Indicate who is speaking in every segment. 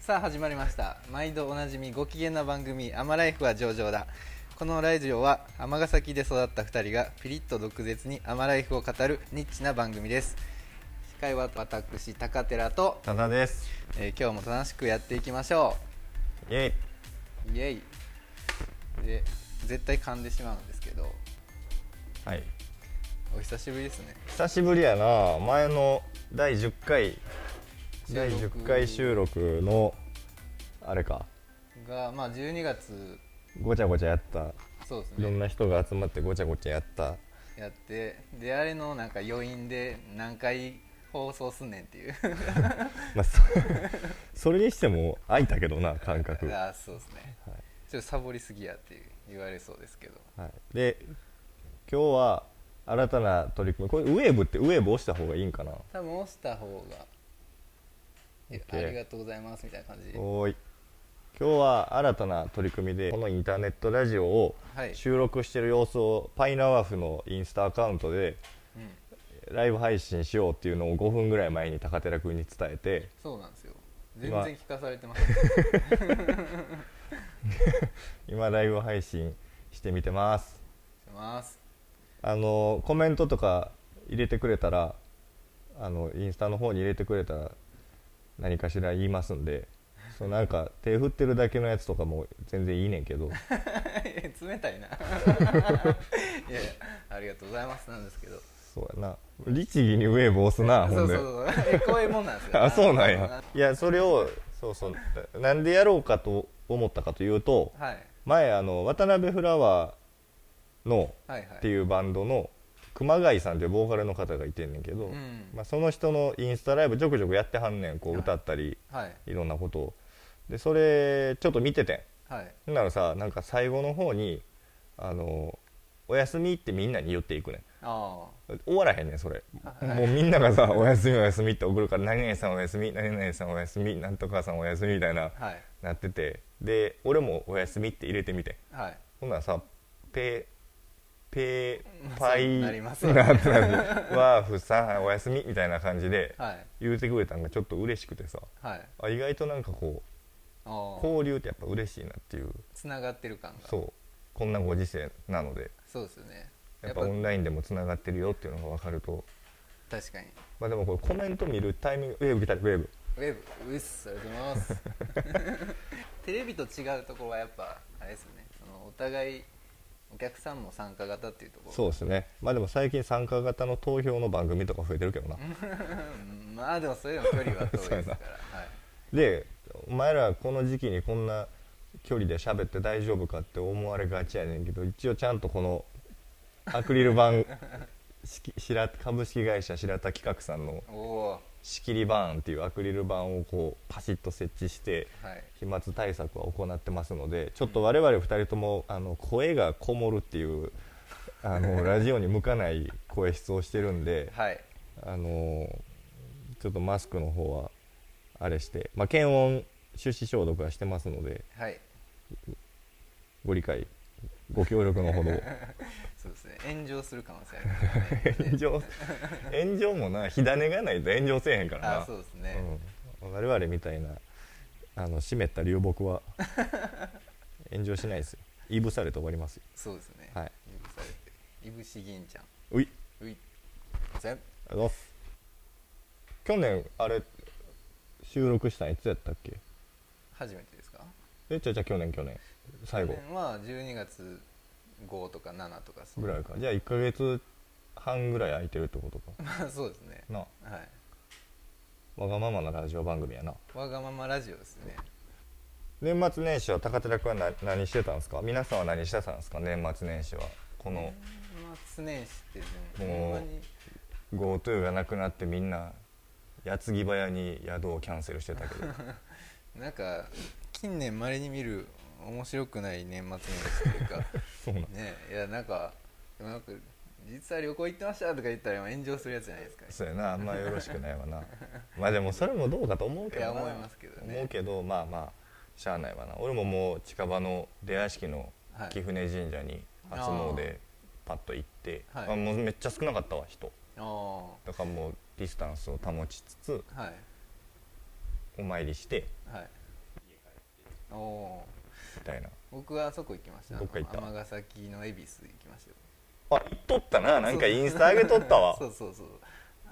Speaker 1: さあ始まりました毎度おなじみご機嫌な番組「アマライフは上々だ」このラジオは尼崎で育った2人がピリッと毒舌にアマライフを語るニッチな番組です司会は私高寺と、
Speaker 2: ただです
Speaker 1: えー今日も楽しくやっていきましょ
Speaker 2: イェイ
Speaker 1: うイエイで絶対噛んでしまうんですけど
Speaker 2: はい
Speaker 1: お久しぶりですね
Speaker 2: 久しぶりやな前の第10回第10回収録のあれか
Speaker 1: がまあ12月
Speaker 2: ごちゃごちゃやった
Speaker 1: そうです
Speaker 2: いろ
Speaker 1: ね
Speaker 2: んな人が集まってごちゃごちゃやった
Speaker 1: やってであれのなんか余韻で何回放送すんねんっていう
Speaker 2: まあそ それにしても空いたけどな感覚、は
Speaker 1: ああそうですねちょっとサボりすぎやっていう言われそうですけど
Speaker 2: いはい、で今日は新たな取り組みこれウェーブってウェーブ押した方がいいんかな
Speaker 1: 多分押した方がいや「あ
Speaker 2: OK
Speaker 1: りがとうございます」みたいな感じ
Speaker 2: おーい今日は新たな取り組みでこのインターネットラジオを
Speaker 1: はい
Speaker 2: 収録してる様子をパイナワフのインスタアカウントで
Speaker 1: うん
Speaker 2: ライブ配信しようっていうのを5分ぐらい前に高寺君に伝えて
Speaker 1: そうなんですよ全
Speaker 2: 今
Speaker 1: 然聞かされてません
Speaker 2: 今ライブ配信してみてます
Speaker 1: ます
Speaker 2: あのコメントとか入れてくれたらあのインスタの方に入れてくれたら何かしら言いますんでそうなんか手振ってるだけのやつとかも全然いいねんけど
Speaker 1: 冷たいないやいやありがとうございますなんですけど
Speaker 2: そうやな律儀にウェーブ押すな
Speaker 1: そ
Speaker 2: ほん
Speaker 1: う
Speaker 2: で
Speaker 1: そうそうえこういうもんなんですよ
Speaker 2: あそうなんやいやそれをそうそうなんでやろうかと思ったかというと
Speaker 1: はい
Speaker 2: 前あの渡辺フラワーの
Speaker 1: はいはい
Speaker 2: っていうバンドの熊谷さんっていうボーカルの方がいてんねんけど、
Speaker 1: うん
Speaker 2: まあ、その人のインスタライブちょくちょくやってはんねんこう
Speaker 1: はい
Speaker 2: 歌ったり、
Speaker 1: はい
Speaker 2: い、ろんなことをでそれちょっと見ててん
Speaker 1: はい
Speaker 2: ほんならさなんか最後の方に「あのおやすみ」ってみんなに言っていくねん
Speaker 1: あ
Speaker 2: 終わらへんねんそれ
Speaker 1: はい
Speaker 2: もうみんながさ「おやすみおやすみ」って送るから「何々さんおやすみ何々さんおやすみなんとかさんおやすみ」みたいな
Speaker 1: あはい
Speaker 2: なっててで俺も「おやすみ」って入れてみて
Speaker 1: はい
Speaker 2: ほんならさペペ
Speaker 1: まあ
Speaker 2: パ
Speaker 1: そう
Speaker 2: イ
Speaker 1: なりますよね
Speaker 2: なってなってワーフさんおやすみみたいな感じで
Speaker 1: はい
Speaker 2: 言うてくれたんがちょっと嬉しくてさ
Speaker 1: はい
Speaker 2: あ意外となんかこう
Speaker 1: ああ
Speaker 2: 交流ってやっぱ嬉しいなっていう
Speaker 1: つながってる感が
Speaker 2: そうこんなご時世なので
Speaker 1: そうですよね
Speaker 2: やっぱオンラインでもつながってるよっていうのが分かると
Speaker 1: 確かに
Speaker 2: まあでもこれコメント見るタイミングウェーブ来たウェーブ
Speaker 1: ウェブうっすありがとうございます テレビと違うところはやっぱあれですよねそのお互いお客さんも参加型っていうところ
Speaker 2: そうですねまあでも最近参加型の投票の番組とか増えてるけどな
Speaker 1: うんまあでもそれでも距離は遠いですから
Speaker 2: そうやな
Speaker 1: はい
Speaker 2: でお前らこの時期にこんな距離で喋って大丈夫かって思われがちやねんけど一応ちゃんとこのアクリル板 しき白株式会社白田企画さんの
Speaker 1: おお
Speaker 2: 仕切りバーンっていうアクリル板をこうパシッと設置して
Speaker 1: ーはい
Speaker 2: 飛沫対策は行ってますのでちょっと我々2人ともあの声がこもるっていう あのラジオに向かない声質をしてるんで
Speaker 1: はい
Speaker 2: あのちょっとマスクの方はあれして、まあ、検温手指消毒はしてますので
Speaker 1: はい
Speaker 2: ご理解ご協力の ほど
Speaker 1: そうですね炎上する可能性ありますね
Speaker 2: 炎上炎上もな火種がないと炎上せえへんからな
Speaker 1: あそうですね、
Speaker 2: うん、我々みたいなあの湿った流木 は炎上しないですよいぶされて終わりますよ
Speaker 1: そうですね
Speaker 2: はい
Speaker 1: いぶされていぶし銀ちゃん
Speaker 2: ういう
Speaker 1: い全
Speaker 2: ありがとうございます去年あれ収録したんいつやったっけ
Speaker 1: 初めてですか
Speaker 2: えじゃあじゃあ去年去年最後
Speaker 1: 去年は12月5とか7とかそ
Speaker 2: ぐ
Speaker 1: う
Speaker 2: らいかじゃあ1ヶ月半ぐらい空いてるってことか
Speaker 1: まあそうですね
Speaker 2: な
Speaker 1: はい
Speaker 2: わがままなラジオ番組やな
Speaker 1: わがままラジオですね
Speaker 2: 年末年始は高寺君はな何してたんですか皆さんは何してたんですか年末年始はこの
Speaker 1: 年末年始ってで
Speaker 2: も
Speaker 1: も
Speaker 2: う
Speaker 1: ほんまに
Speaker 2: GoTo がなくなってみんな矢継ぎ早に宿をキャンセルしてたけど
Speaker 1: なんか近年まれに見る面白くない年末年始っていうか
Speaker 2: そうなん
Speaker 1: ねいやなんかでもなんか実は旅行行ってましたとか言ったら今炎上するやつじゃないですか、
Speaker 2: そうやなあんまよろしくない わなまあでもそれもどうかと思うけどない
Speaker 1: や思いますけどね
Speaker 2: 思うけどまあまあしゃあないわな俺ももう近場の出屋敷の
Speaker 1: はい
Speaker 2: 貴船神社に初詣パッと行って、
Speaker 1: はい
Speaker 2: あもうめっちゃ少なかったわ人
Speaker 1: ああ
Speaker 2: だからもうディスタンスを保ちつつ
Speaker 1: はい
Speaker 2: お参りして
Speaker 1: はいおおー
Speaker 2: みたいな
Speaker 1: 僕はあそこ行きました
Speaker 2: どっか行った
Speaker 1: 尼崎の恵比寿行きましたよ
Speaker 2: あ行っとったななんかインスタ上げとったわ
Speaker 1: そうそうそう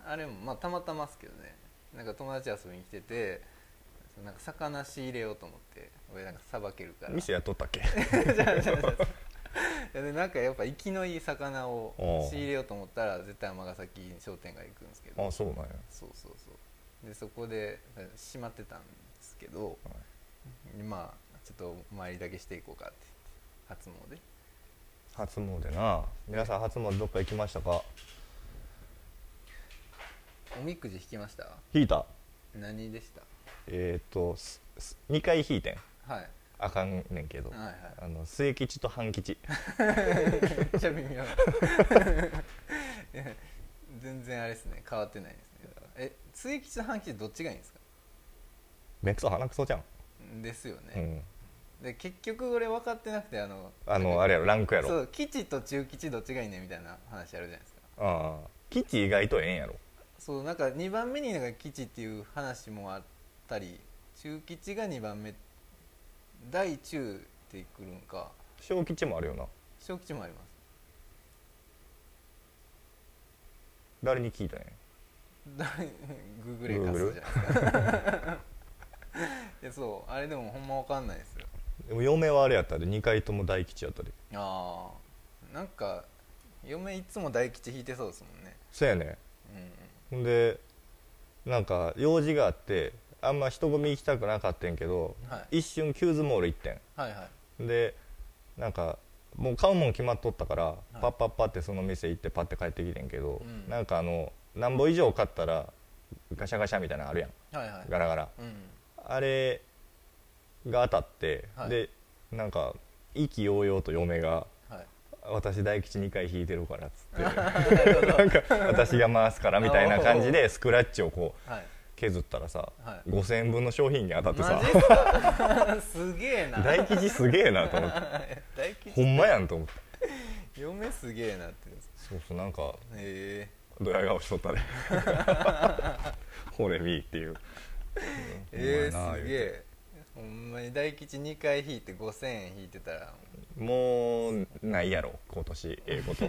Speaker 1: あれもまあたまたますけどねなんか友達遊びに来ててなんか魚仕入れようと思って俺なんかさばけるから
Speaker 2: 店やっとったっけ
Speaker 1: じゃあじゃあじゃあでなんかやっぱ生きのいい魚を
Speaker 2: おう
Speaker 1: 仕入れようと思ったら絶対尼崎商店街行くんですけど
Speaker 2: あそうなんや、
Speaker 1: そうそうそうでそこでえ閉まってたんですけど
Speaker 2: はい
Speaker 1: まあちょっとお参りだけしていこうかって言って初詣
Speaker 2: 初詣な皆さん初詣どっか行きましたか
Speaker 1: おみくじ引きました
Speaker 2: 引いた
Speaker 1: 何でした
Speaker 2: えっ、とすす2回引いてん
Speaker 1: はい
Speaker 2: あかんねんけど、
Speaker 1: はいはい
Speaker 2: あの末吉と半 吉
Speaker 1: めっちゃ微妙全然あれですね変わってないですねえ追吉と半吉どっちがいいんですか
Speaker 2: 目くそ鼻くそじゃん、
Speaker 1: ですよ
Speaker 2: う
Speaker 1: ね、
Speaker 2: ん、
Speaker 1: で結局俺分かってなくてあのな
Speaker 2: あ
Speaker 1: ん
Speaker 2: の
Speaker 1: か
Speaker 2: あれやろランクやろ
Speaker 1: そう吉と中吉どっちがいいねみたいな話あるじゃないですか
Speaker 2: ああ吉意外とええんやろ
Speaker 1: そうなんか2番目になんか吉っていう話もあったり中吉が2番目大中ってくるんか
Speaker 2: 小吉もあるよな
Speaker 1: 小吉もあります
Speaker 2: 誰に聞いたんや
Speaker 1: 誰 グーグレカスじゃないですか いやそうあれでもほんまわかんないですよ
Speaker 2: でも嫁はあれやったで2回とも大吉やったで
Speaker 1: ああなんか嫁いつも大吉引いてそうですもんね
Speaker 2: そうやね
Speaker 1: うん
Speaker 2: ほんでなんか用事があってあんま人混み行きたくなかったんやけど、
Speaker 1: はい
Speaker 2: 一瞬キューズモール行ってん
Speaker 1: はいはい
Speaker 2: でなんかもう買うもん決まっとったから、
Speaker 1: い
Speaker 2: パッパッパってその店行ってパッて帰ってきてんけど、
Speaker 1: うん
Speaker 2: なんかあの何本以上買ったらガシャガシャみたいなのあるやん
Speaker 1: はいはい
Speaker 2: ガラガラ
Speaker 1: うん
Speaker 2: あれが当たって、
Speaker 1: はい
Speaker 2: でなんか意気揚々と嫁が
Speaker 1: はい
Speaker 2: 「私大吉2回引いてるから」っつって
Speaker 1: なるほど
Speaker 2: なんか私が回すからみたいな感じでスクラッチをこう
Speaker 1: はい
Speaker 2: 削ったらさ、
Speaker 1: はい
Speaker 2: 5000円分の商品に当たって
Speaker 1: マ
Speaker 2: さ
Speaker 1: ジっすか すげえな
Speaker 2: 大吉すげえなと思って
Speaker 1: 大
Speaker 2: ほ
Speaker 1: 吉
Speaker 2: んまやんと思って
Speaker 1: 嫁すげえなって言うんです
Speaker 2: そうそうなんか
Speaker 1: へ
Speaker 2: ドヤ顔しとったね ほれみーっていう
Speaker 1: ええ
Speaker 2: ほんまやな
Speaker 1: ー、すげえほんまに大吉2回引いて5000円引いてたら
Speaker 2: もうないやろ今年ええこと
Speaker 1: い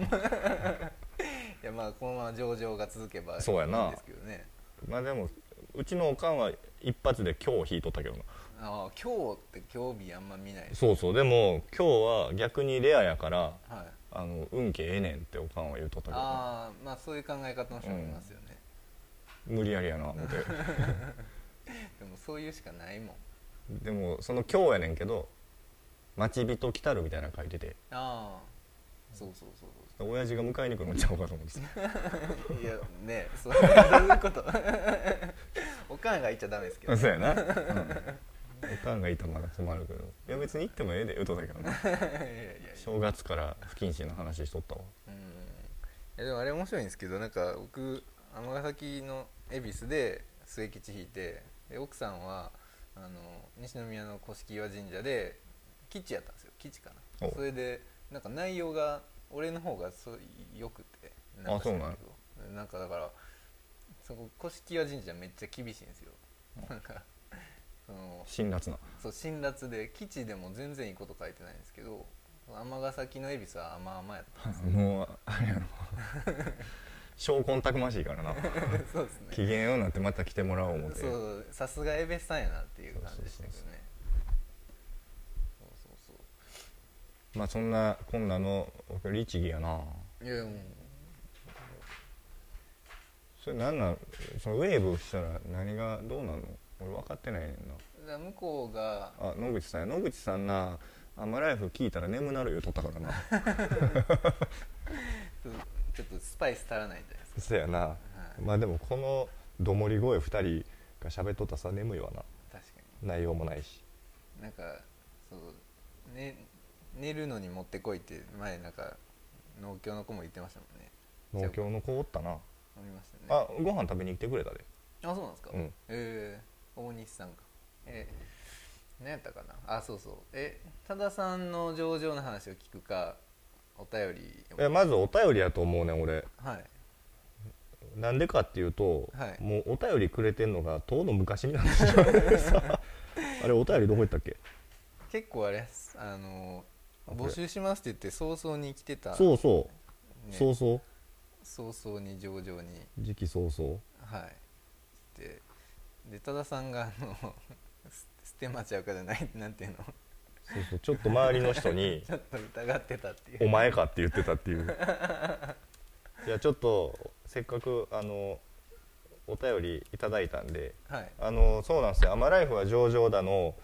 Speaker 1: やまあこのまま上々が続けばいいんです
Speaker 2: そうやな
Speaker 1: けどね
Speaker 2: まあでもうちのおかんは一発で今日引いとったけどな
Speaker 1: ああ今日って今日日あんま見ないです
Speaker 2: そうそうでも今日は逆にレアやから
Speaker 1: はい
Speaker 2: あの運気ええねんっておかんは言うとったけどな
Speaker 1: ああまあそういう考え方の人もいますよね、
Speaker 2: 無理やりやな 思って
Speaker 1: でもそういうしかないもん
Speaker 2: でもその今日やねんけど「待ち人来たる」みたいなの書いてて
Speaker 1: ああそうそうそう
Speaker 2: 親父が迎えに来るんちゃうかと思ってた
Speaker 1: そういやねそうそういうこと おかんが言っちゃダメです けど、
Speaker 2: そうやな、うんおかんがいたまだ困るけどいや別に行ってもええで言うとったけどない
Speaker 1: やいやいや
Speaker 2: 正月から不謹慎の話しとったわ
Speaker 1: うんいやでもあれ面白いんですけどなんか僕尼崎の恵比寿で末吉引いてで奥さんはあの西宮の甑岩神社で吉やったんですよ吉かな
Speaker 2: お
Speaker 1: それでなんか内容が俺の方がそうよくて
Speaker 2: あそうな
Speaker 1: 知
Speaker 2: んや
Speaker 1: らけどなんかだからそこ甑岩神社めっちゃ厳しいんですよなんかその
Speaker 2: 辛辣な
Speaker 1: そう辛辣で吉でも全然いいこと書いてないんですけど尼崎の恵比寿は甘々やった
Speaker 2: もうあれやろ証拠んたくましいからな
Speaker 1: そうですね
Speaker 2: 機嫌ようになってまた来てもらおう思って
Speaker 1: そうさすがエベスさんやなっていう感じでしたけど
Speaker 2: そうそう
Speaker 1: ねそうそ
Speaker 2: そう
Speaker 1: うそう
Speaker 2: まあそんなこんなの僕律儀やない
Speaker 1: やもう
Speaker 2: それなんなんそのウェーブしたら何がどうなの俺分かってないねんな
Speaker 1: だから向こうが
Speaker 2: あ野口さんや野口さんなアマライフ聞いたら眠なる言うとったからな
Speaker 1: ちょちょっとスパイス足らないんじゃないです
Speaker 2: そやなまあでもこのどもり声2人が喋っとったらさ眠いわな
Speaker 1: か確か
Speaker 2: 内容もないし
Speaker 1: になんかそう、ね、寝るのに持ってこいって前なんか農協の子も言ってましたもんね
Speaker 2: 農協の子おったな、
Speaker 1: ありましたね
Speaker 2: あご飯食べに来てくれたで
Speaker 1: あそうなんですか、
Speaker 2: うん
Speaker 1: ええ大西さんかえー何やったかなあそうそうえ多田さんの上場の話を聞くかお便りを
Speaker 2: えまずお便りやと思うねん俺
Speaker 1: はい
Speaker 2: なんでかっていうと、
Speaker 1: はい
Speaker 2: もうお 便りくれてんのがとうの昔になってしまってさあれお便りどこ行ったっけ
Speaker 1: 結構あれですあの
Speaker 2: これ
Speaker 1: 募集しますって言って早々に来てた、
Speaker 2: そうそう
Speaker 1: ね
Speaker 2: そうそう
Speaker 1: 早々に上々に
Speaker 2: 時期そうそう
Speaker 1: はいでで多田さんがあの す捨て間ちゃうかじゃないなんていうの
Speaker 2: そうそうちょっと周りの人 に
Speaker 1: ちょっと疑ってたってい
Speaker 2: 「お
Speaker 1: う
Speaker 2: 前か」って言ってたっていう いやちょっとせっかくあのお便りいただいたんで
Speaker 1: はい
Speaker 2: あのそうなんですよ「アマライフは上々だの」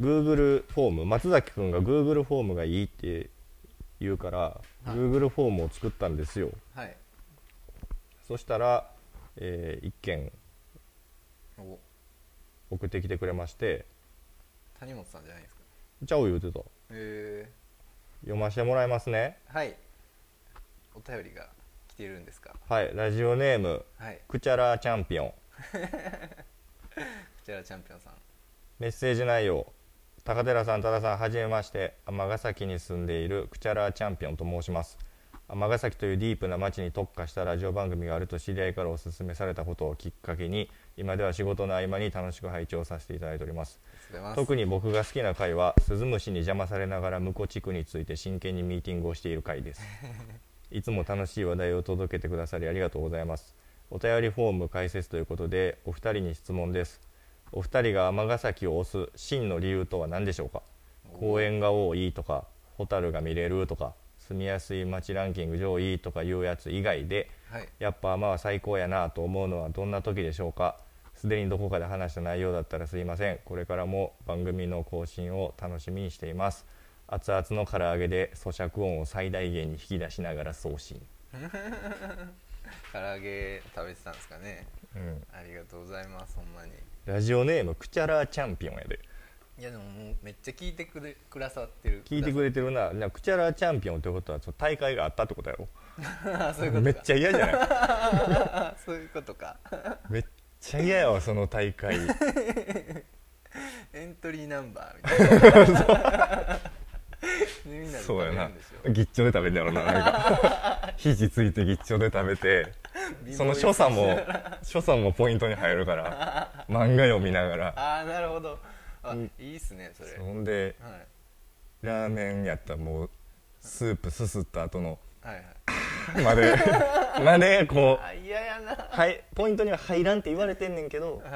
Speaker 2: Google フォーム松崎君が Google フォームがいいって言うから、
Speaker 1: い
Speaker 2: Google フォームを作ったんですよ
Speaker 1: はい
Speaker 2: そしたら、え1件
Speaker 1: お
Speaker 2: 送ってきてくれまして
Speaker 1: 谷本さんじゃないですか
Speaker 2: 「ちゃお」言うてた
Speaker 1: え
Speaker 2: 読ませてもらいますね
Speaker 1: ー、はいお便りが来てるんですか
Speaker 2: はいラジオネーム
Speaker 1: はい
Speaker 2: クチャラーチャンピオン
Speaker 1: こちらチャンピオンさん
Speaker 2: メッセージ内容高寺さん多田さんはじめまして尼崎に住んでいるクチャラーチャンピオンと申します尼崎というディープな街に特化したラジオ番組があると知り合いからお勧めされたことをきっかけに今では仕事の合間に楽しく拝聴させていただいております
Speaker 1: ありがとうございます
Speaker 2: 特に僕が好きな回はスズムシに邪魔されながらムコ地区について真剣にミーティングをしている 回ですいつも楽しい話題を届けてくださりありがとうございますお便りフォーム解説ということでお二人に質問ですお二人が尼崎を推す真の理由とは何でしょうか公園が多いとかホタルが見れるとか住みやすい街ランキング上位とかいうやつ以外で
Speaker 1: はい
Speaker 2: やっぱ天は最高やなと思うのはどんな時でしょうかすでにどこかで話した内容だったらすいませんこれからも番組の更新を楽しみにしています熱々の唐揚げで咀嚼音を最大限に引き出しながら送信、
Speaker 1: 唐揚げ食べてたんですかね
Speaker 2: うん、
Speaker 1: ありがとうございますほんまに
Speaker 2: ラジオネームクチャラーチャンピオンやで
Speaker 1: いやでももうめっちゃ聞いてくれくださってる
Speaker 2: 聞いてくれてるななクチャラーチャンピオンってことはその大会があったってことやろ
Speaker 1: あ そういうことか
Speaker 2: めっちゃ嫌じゃない
Speaker 1: あそういうことか
Speaker 2: めっちゃ嫌やわその大 会
Speaker 1: エントリーナンバーみたいな 地味なの
Speaker 2: そうや
Speaker 1: 食べ
Speaker 2: な
Speaker 1: るんでしょ
Speaker 2: ぎっちょで食べんだろうななんか 肘ついてぎっちょで食べて
Speaker 1: 貧乏
Speaker 2: その所作も所作もポイントに入るから漫画読みながら
Speaker 1: ああなるほどあ、
Speaker 2: うん
Speaker 1: いいっすねそれ
Speaker 2: そんで
Speaker 1: はい
Speaker 2: ラーメンやったらもうスープすすった後の
Speaker 1: はいはい
Speaker 2: まで までこう
Speaker 1: あ嫌やなは
Speaker 2: はいポイントには入らんって言われてんねんけど
Speaker 1: い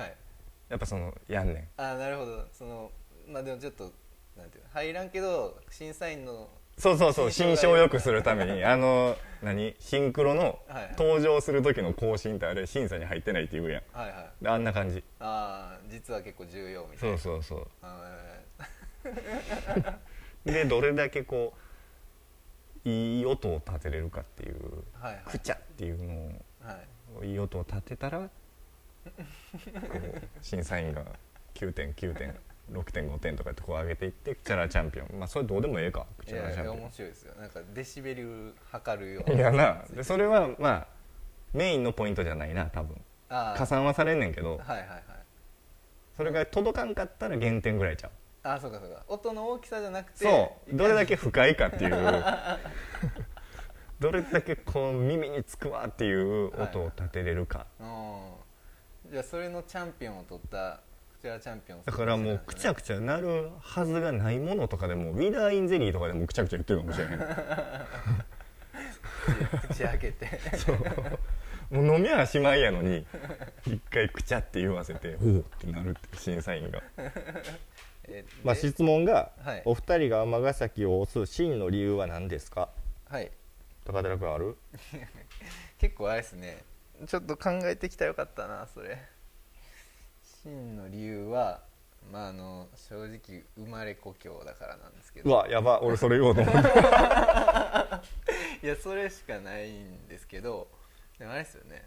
Speaker 2: やっぱそのやんねん
Speaker 1: あーなるほどそのまあでもちょっとなんていうの入らんけど審査員の
Speaker 2: そうそうそう
Speaker 1: 心
Speaker 2: 心
Speaker 1: 象
Speaker 2: 象
Speaker 1: がいい
Speaker 2: よくするためにあの何シンクロの
Speaker 1: はいはい
Speaker 2: 登場する時の更新ってあれ審査に入ってないって言うやん
Speaker 1: はいはい
Speaker 2: であんな感じ
Speaker 1: ああ実は結構重要みたい
Speaker 2: そ
Speaker 1: な
Speaker 2: うそうそう
Speaker 1: あ
Speaker 2: でどれだけこういい音を立てれるかっていう
Speaker 1: ーはいはい
Speaker 2: くちゃっていうの
Speaker 1: はい
Speaker 2: をいい音を立てたらこう審査員が9点9点6.5点とかってこう上げていってクチャラチャンピオンまあそれどうでもええかク
Speaker 1: い
Speaker 2: チャラ
Speaker 1: や
Speaker 2: チ
Speaker 1: いや
Speaker 2: ャン
Speaker 1: 面白いですよなんかデシベル測るよ
Speaker 2: ピオ
Speaker 1: う
Speaker 2: ンい
Speaker 1: な
Speaker 2: やなでそれはまあメインのポイントじゃないな多分
Speaker 1: あー
Speaker 2: 加算はされんねんけど
Speaker 1: はいはいはい
Speaker 2: それが届かんかったら減点ぐらいちゃう
Speaker 1: あーそうかそうか音の大きさじゃなくて
Speaker 2: そうどれだけ不快かっていう どれだけこう耳につくわっていう音を立てれるか
Speaker 1: うんじゃあそれのチャンピオンを取ったこちらチャンピオン
Speaker 2: だからもうくちゃ
Speaker 1: く
Speaker 2: くちゃなるはずがないものとかでもウィダーインゼリーとかでもくちゃくちゃ言ってるかもしれへん
Speaker 1: 口開け て
Speaker 2: そうもう飲みはしまいやのに一回くちゃって言わせて「おうってなるっていう審査員が、
Speaker 1: えー
Speaker 2: まあ、
Speaker 1: で
Speaker 2: 質問が
Speaker 1: はい
Speaker 2: 「お二人が尼崎を推す真の理由は何ですか?
Speaker 1: はい」
Speaker 2: 高寺君ある
Speaker 1: 結構あれですねちょっと考えてきたらよかったなそれ真の理由はまああの正直生まれ故郷だからなんですけ
Speaker 2: う
Speaker 1: ど
Speaker 2: わやば俺それ言おうと思った
Speaker 1: いやそれしかないんですけどでもあれですよね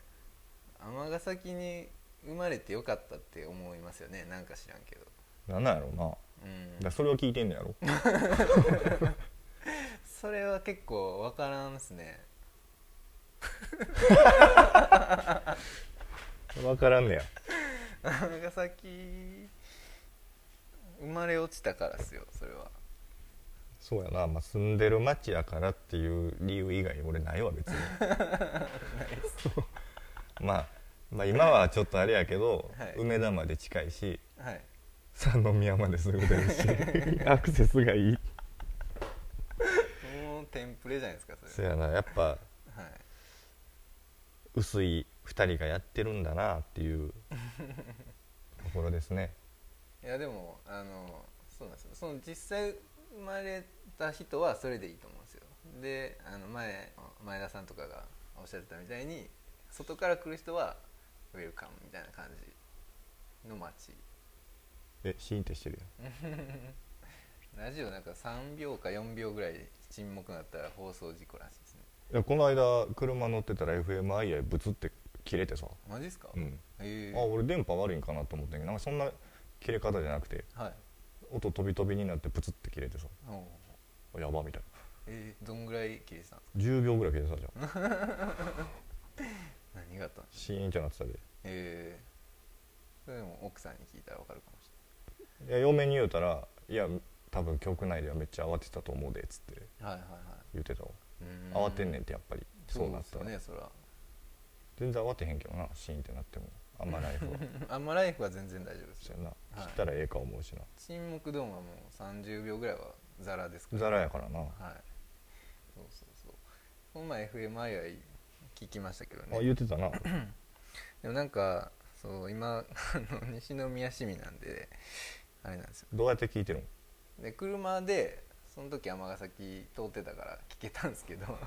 Speaker 1: 尼崎に生まれてよかったって思いますよねなんか知らんけど
Speaker 2: なんなんやろうなだか
Speaker 1: うん
Speaker 2: らそれを聞いてんのやろ
Speaker 1: それは結構わからんですね
Speaker 2: 分からんねや
Speaker 1: 尼崎生まれ落ちたからですよそれは
Speaker 2: そうやな、まあ、住んでる町やからっていう理由以外俺 ないわ別にまあ、まあ今はちょっとあれやけど、
Speaker 1: はい
Speaker 2: 梅田まで近いし
Speaker 1: はい
Speaker 2: 三宮まですぐ出るし アクセスがいい
Speaker 1: もうテンプレじゃないですかそ
Speaker 2: そ
Speaker 1: れ
Speaker 2: やなやっぱ
Speaker 1: は、はい、
Speaker 2: 薄い2人がやってるんだなっていうところですね
Speaker 1: いやでもあのそうなんですよその実際生まれた人はそれでいいと思うんですよであの前前田さんとかがおっしゃってたみたいに外から来る人はウェルカムみたいな感じの街
Speaker 2: えシーンってしてるよ
Speaker 1: ラジオなんか3秒か4秒ぐらい沈黙になったら放送事故らしいですね
Speaker 2: いやこの間車乗ってたら FMI ブツって切れてさ、
Speaker 1: マジですか、
Speaker 2: う
Speaker 1: へ
Speaker 2: ん、
Speaker 1: え
Speaker 2: あ俺電波悪いんかなと思ったんやけどなんかそんな切れ方じゃなくて
Speaker 1: はい
Speaker 2: 音飛び飛びになってプツって切れてさ
Speaker 1: おう
Speaker 2: あやばみたい
Speaker 1: えーどんぐらい切れてたんですか
Speaker 2: な10秒ぐらい切れてた じゃん
Speaker 1: 何があったんですか
Speaker 2: シーンってなってたで
Speaker 1: ええそれでも奥さんに聞いたら分かるかもし
Speaker 2: いや嫁に言うたら「いや多分局内ではめっちゃ慌ててたと思うで」っつって
Speaker 1: れないはいはいはい
Speaker 2: 言ってたわ
Speaker 1: うー
Speaker 2: 慌てんねんってやっぱりそうなっ
Speaker 1: です
Speaker 2: た
Speaker 1: よ
Speaker 2: ら、
Speaker 1: ねそら
Speaker 2: 全然慌てへんけどなシーンってなってもあん まライフは
Speaker 1: あんまライフは全然大丈夫です
Speaker 2: そ
Speaker 1: よ
Speaker 2: やな
Speaker 1: はい
Speaker 2: 切ったらええか思うしな、
Speaker 1: 沈黙ドンはもう30秒ぐらいはザラですから
Speaker 2: ザラやからな、
Speaker 1: はいそうそうそうこの前 FMI 聞きましたけど
Speaker 2: あ言
Speaker 1: ね
Speaker 2: ってたな
Speaker 1: でもなんかそう今 あの西宮市民なんであれなんですよ
Speaker 2: どうやって聞いてるの
Speaker 1: で車でその時尼崎通ってたから聞けたんですけど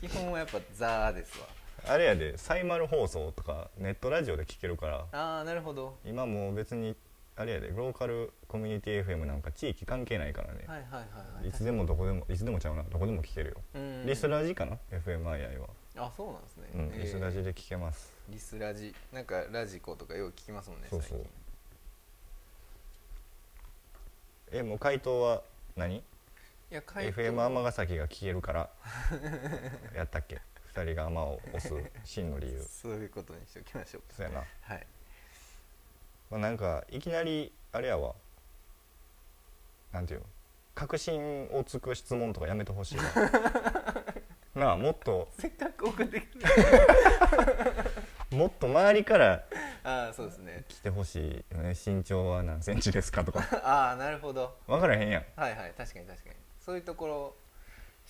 Speaker 1: 基本はやっぱザーですわ
Speaker 2: あれやでサイマル放送とかネットラジオで聞けるから
Speaker 1: ああなるほど
Speaker 2: 今もう別にあれやでローカルコミュニティ FM なんか地域関係ないからね、
Speaker 1: はいはいはい
Speaker 2: い、
Speaker 1: はい
Speaker 2: つでもどこでもいつでもちゃうなどこでも聞けるよ、
Speaker 1: うん
Speaker 2: リスラジかな FMII は、
Speaker 1: あそうなんですね、
Speaker 2: うん
Speaker 1: えー
Speaker 2: リスラジで聞けます
Speaker 1: リスラジなんかラジコとかよう聞きますもんね
Speaker 2: そうそう
Speaker 1: 最近
Speaker 2: えもう回答は何
Speaker 1: いや回答
Speaker 2: FM 尼崎が聞けるから やったっけ2人が尼を押す真の理由
Speaker 1: そういうことにしておきましょう
Speaker 2: そうやな、
Speaker 1: かはい
Speaker 2: まあ、なんかいきなりあれやわなんていうの確信をつく質問とかやめてほ しいわなあもっと
Speaker 1: せっかく送ってくれ
Speaker 2: もっと周りから
Speaker 1: ああそうですね
Speaker 2: 来てほしいよね身長は何センチですかとか
Speaker 1: ああなるほど
Speaker 2: 分からへんやん
Speaker 1: はいはい確かに確かにそういうところ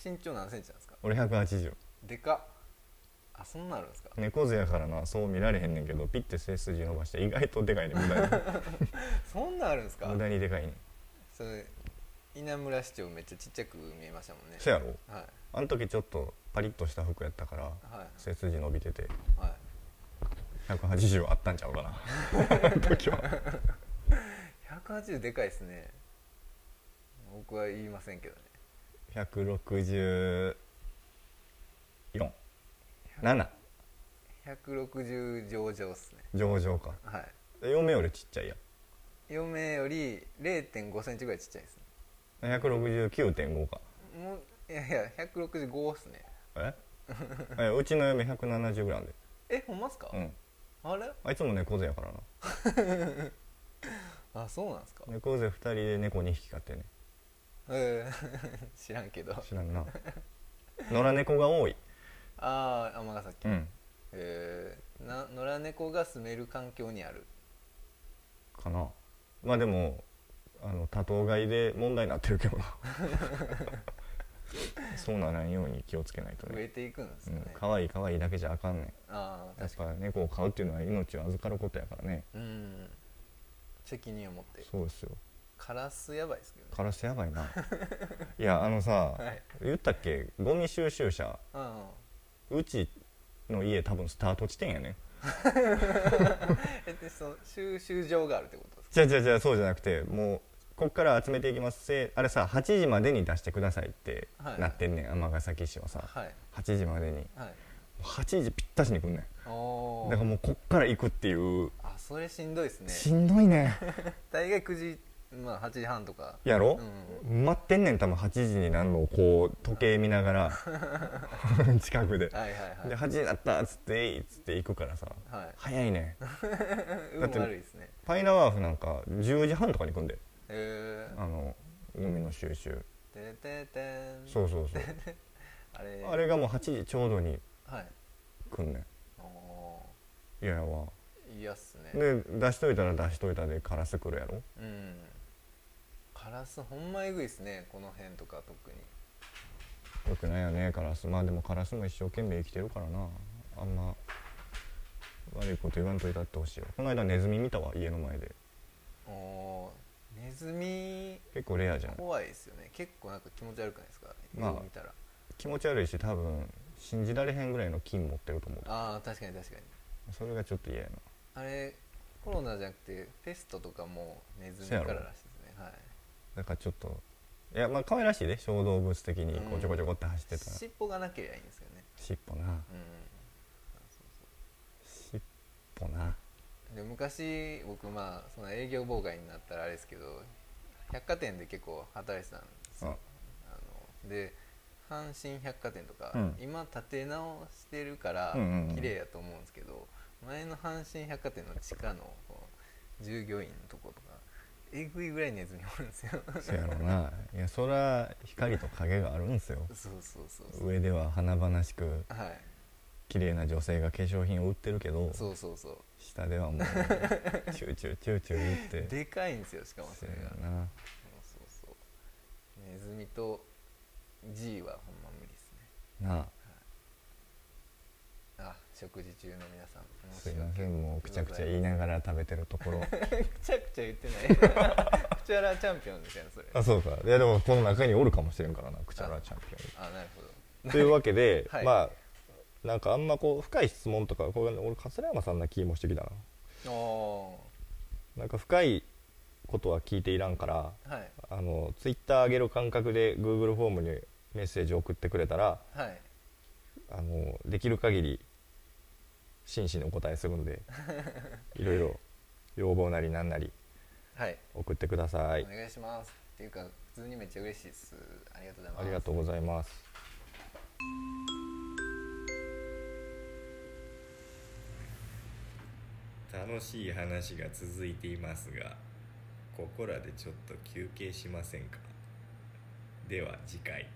Speaker 1: 身長何センチなんですか
Speaker 2: 俺180
Speaker 1: でかっあそんなんあるんですか
Speaker 2: 猫背やからなそう見られへんねんけどピッて背筋伸ばして意外とでかいねん無駄に
Speaker 1: そんなんあるんですか
Speaker 2: 無駄にでかいねん
Speaker 1: それ稲村市長めっちゃちっちゃく見えましたもんね
Speaker 2: せやろ
Speaker 1: はい
Speaker 2: あの時ちょっとパリッとした服やったから
Speaker 1: はい
Speaker 2: 背筋伸びてて
Speaker 1: はい
Speaker 2: 180あったんちゃうかなあの時は
Speaker 1: 180でかいですね僕は言いませんけどね
Speaker 2: 164 7
Speaker 1: 160上々っすね
Speaker 2: 上々か
Speaker 1: はい
Speaker 2: 嫁よりちっちゃいや
Speaker 1: 嫁より0.5センチぐらいちっちゃいです
Speaker 2: ん169.5か
Speaker 1: ねもういやいや165っすね
Speaker 2: ええうちの嫁170ぐらいあんで
Speaker 1: えほんまっすか、
Speaker 2: うん
Speaker 1: あれ
Speaker 2: あいつも猫背やからな
Speaker 1: あそうなんですか
Speaker 2: 猫背2人で猫2匹飼ってんね
Speaker 1: えー 知らんけど
Speaker 2: 知らんな 野良猫が多い
Speaker 1: ああ尼崎、
Speaker 2: うん
Speaker 1: えーな野良猫が住める環境にある
Speaker 2: かなまあでもあの多頭飼いで問題になってるけ どなそうならんように気をつけないと
Speaker 1: 増え
Speaker 2: ね
Speaker 1: ていくんです
Speaker 2: う
Speaker 1: かね
Speaker 2: ん、可愛い可愛いだけじゃあかんねん
Speaker 1: ああ
Speaker 2: やっ
Speaker 1: 確か
Speaker 2: ぱ猫を飼うっていうのは命を預かることやからね
Speaker 1: にうん責任を持って
Speaker 2: そうですよ
Speaker 1: カラスやばいですけどね
Speaker 2: カラスやばいないやあのさ、
Speaker 1: はい
Speaker 2: 言ったっけゴミ収集車
Speaker 1: うんうん
Speaker 2: うちの家多分スタート地点やね
Speaker 1: えでその収集場があるってことですか
Speaker 2: じゃあじゃあじゃあそうじゃなくてもうこっから集めていきますせあれさ8時までに出してくださいって
Speaker 1: はい
Speaker 2: なってんねん尼崎市はさ
Speaker 1: はい
Speaker 2: 8時までに
Speaker 1: はい
Speaker 2: 8時ぴったしに来んね
Speaker 1: お
Speaker 2: ん
Speaker 1: お
Speaker 2: だからもうこっから行くっていう
Speaker 1: あそれしんどいですね
Speaker 2: しんどいね
Speaker 1: 大概9時、まあ、8時半とか
Speaker 2: やろ
Speaker 1: う、
Speaker 2: 待ってんねん多分8時になんのをこう時計見な がら近くで
Speaker 1: はいはいはい
Speaker 2: で8時だったっつってえいっつって行くからさ
Speaker 1: はい
Speaker 2: 早いね
Speaker 1: 運
Speaker 2: だって
Speaker 1: 悪いですね
Speaker 2: パイナワーフなんか10時半とかに行くんで
Speaker 1: へ
Speaker 2: あのゴミの収集
Speaker 1: えてててん
Speaker 2: そうそうそう
Speaker 1: あれ
Speaker 2: あれがもう8時ちょうどに
Speaker 1: はい
Speaker 2: 来んねん
Speaker 1: おー
Speaker 2: いやいやわ
Speaker 1: い嫌っすね
Speaker 2: で出しといたら出しといたでカラス来るやろ
Speaker 1: うんカラスほんまえぐいっすねこの辺とか特に
Speaker 2: よくないよねカラスまあでもカラスも一生懸命生きてるからなあんま悪いこと言わんといたってほしいよこの間ネズミ見たわ家の前で
Speaker 1: おーネズミ
Speaker 2: 結構レアじゃん
Speaker 1: 怖いですよね結構なんか気持ち悪くないですか、
Speaker 2: まあ
Speaker 1: よう見たら
Speaker 2: 気持ち悪いし多分信じられへんぐらいの菌持ってると思う
Speaker 1: ああ確かに確かに
Speaker 2: それがちょっと嫌やな
Speaker 1: あれコロナじゃなくてペストとかもネズミ
Speaker 2: そ
Speaker 1: か
Speaker 2: や
Speaker 1: ら
Speaker 2: ろ
Speaker 1: らしいですねはい
Speaker 2: だからちょっといやまあ可愛らしいで小動物的にこ
Speaker 1: うん
Speaker 2: うちょこちょこって走ってたら、
Speaker 1: 尻尾がなければいいんですよね
Speaker 2: 尻尾な
Speaker 1: うん
Speaker 2: 尻尾な
Speaker 1: で昔僕まあその営業妨害になったらあれですけど百貨店で結構働いてたんですよあので阪神百貨店とか、
Speaker 2: うん
Speaker 1: 今建て直してるから
Speaker 2: うんうんうん
Speaker 1: 綺麗やと思うんですけど、前の阪神百貨店の地下のこう従業員のとことかえぐいぐらいネズミおるんです よ
Speaker 2: そやろないやそら光と影があるんすよ
Speaker 1: そうそうそうそう
Speaker 2: 上では華々しく
Speaker 1: はい
Speaker 2: 綺麗な女性が化粧品を売ってるけど
Speaker 1: そうそうそう
Speaker 2: 下で はもうチューチューチューチュー言って
Speaker 1: でかいんですよしかもそ
Speaker 2: せ
Speaker 1: れが
Speaker 2: やな
Speaker 1: そうそうそうネズミと G はほんま無理ですね
Speaker 2: なあ
Speaker 1: あ食事中の皆さん
Speaker 2: すいませ
Speaker 1: 申し訳
Speaker 2: んもうくちゃくちゃ言
Speaker 1: ご
Speaker 2: い
Speaker 1: ざま
Speaker 2: ながら食べてると ころ
Speaker 1: せんくちゃくちゃ言ってない くちゃらチャンピオンですよねそれ
Speaker 2: あそうかいやでもこの中におるかもしれんからなクチャラチャンピオン
Speaker 1: あなるほど
Speaker 2: というわけ で、
Speaker 1: はい
Speaker 2: まあなんかあんまこう深い質問とかこれ俺桂山さんな気もしてきたな
Speaker 1: お
Speaker 2: なんか深いことは聞いていらんから
Speaker 1: ーはい
Speaker 2: あのツイッター上げる感覚で Google フォームにメッセージを送ってくれたら
Speaker 1: はい
Speaker 2: あのできる限り真摯にお答えするん でいろいろ要望なりなんなり
Speaker 1: はい、
Speaker 2: 送ってください
Speaker 1: お願いしますっていうか普通にめっちゃ嬉しいですありがとうございます
Speaker 2: ありがとうございます楽しい話が続いていますがここらでちょっと休憩しませんかでは次回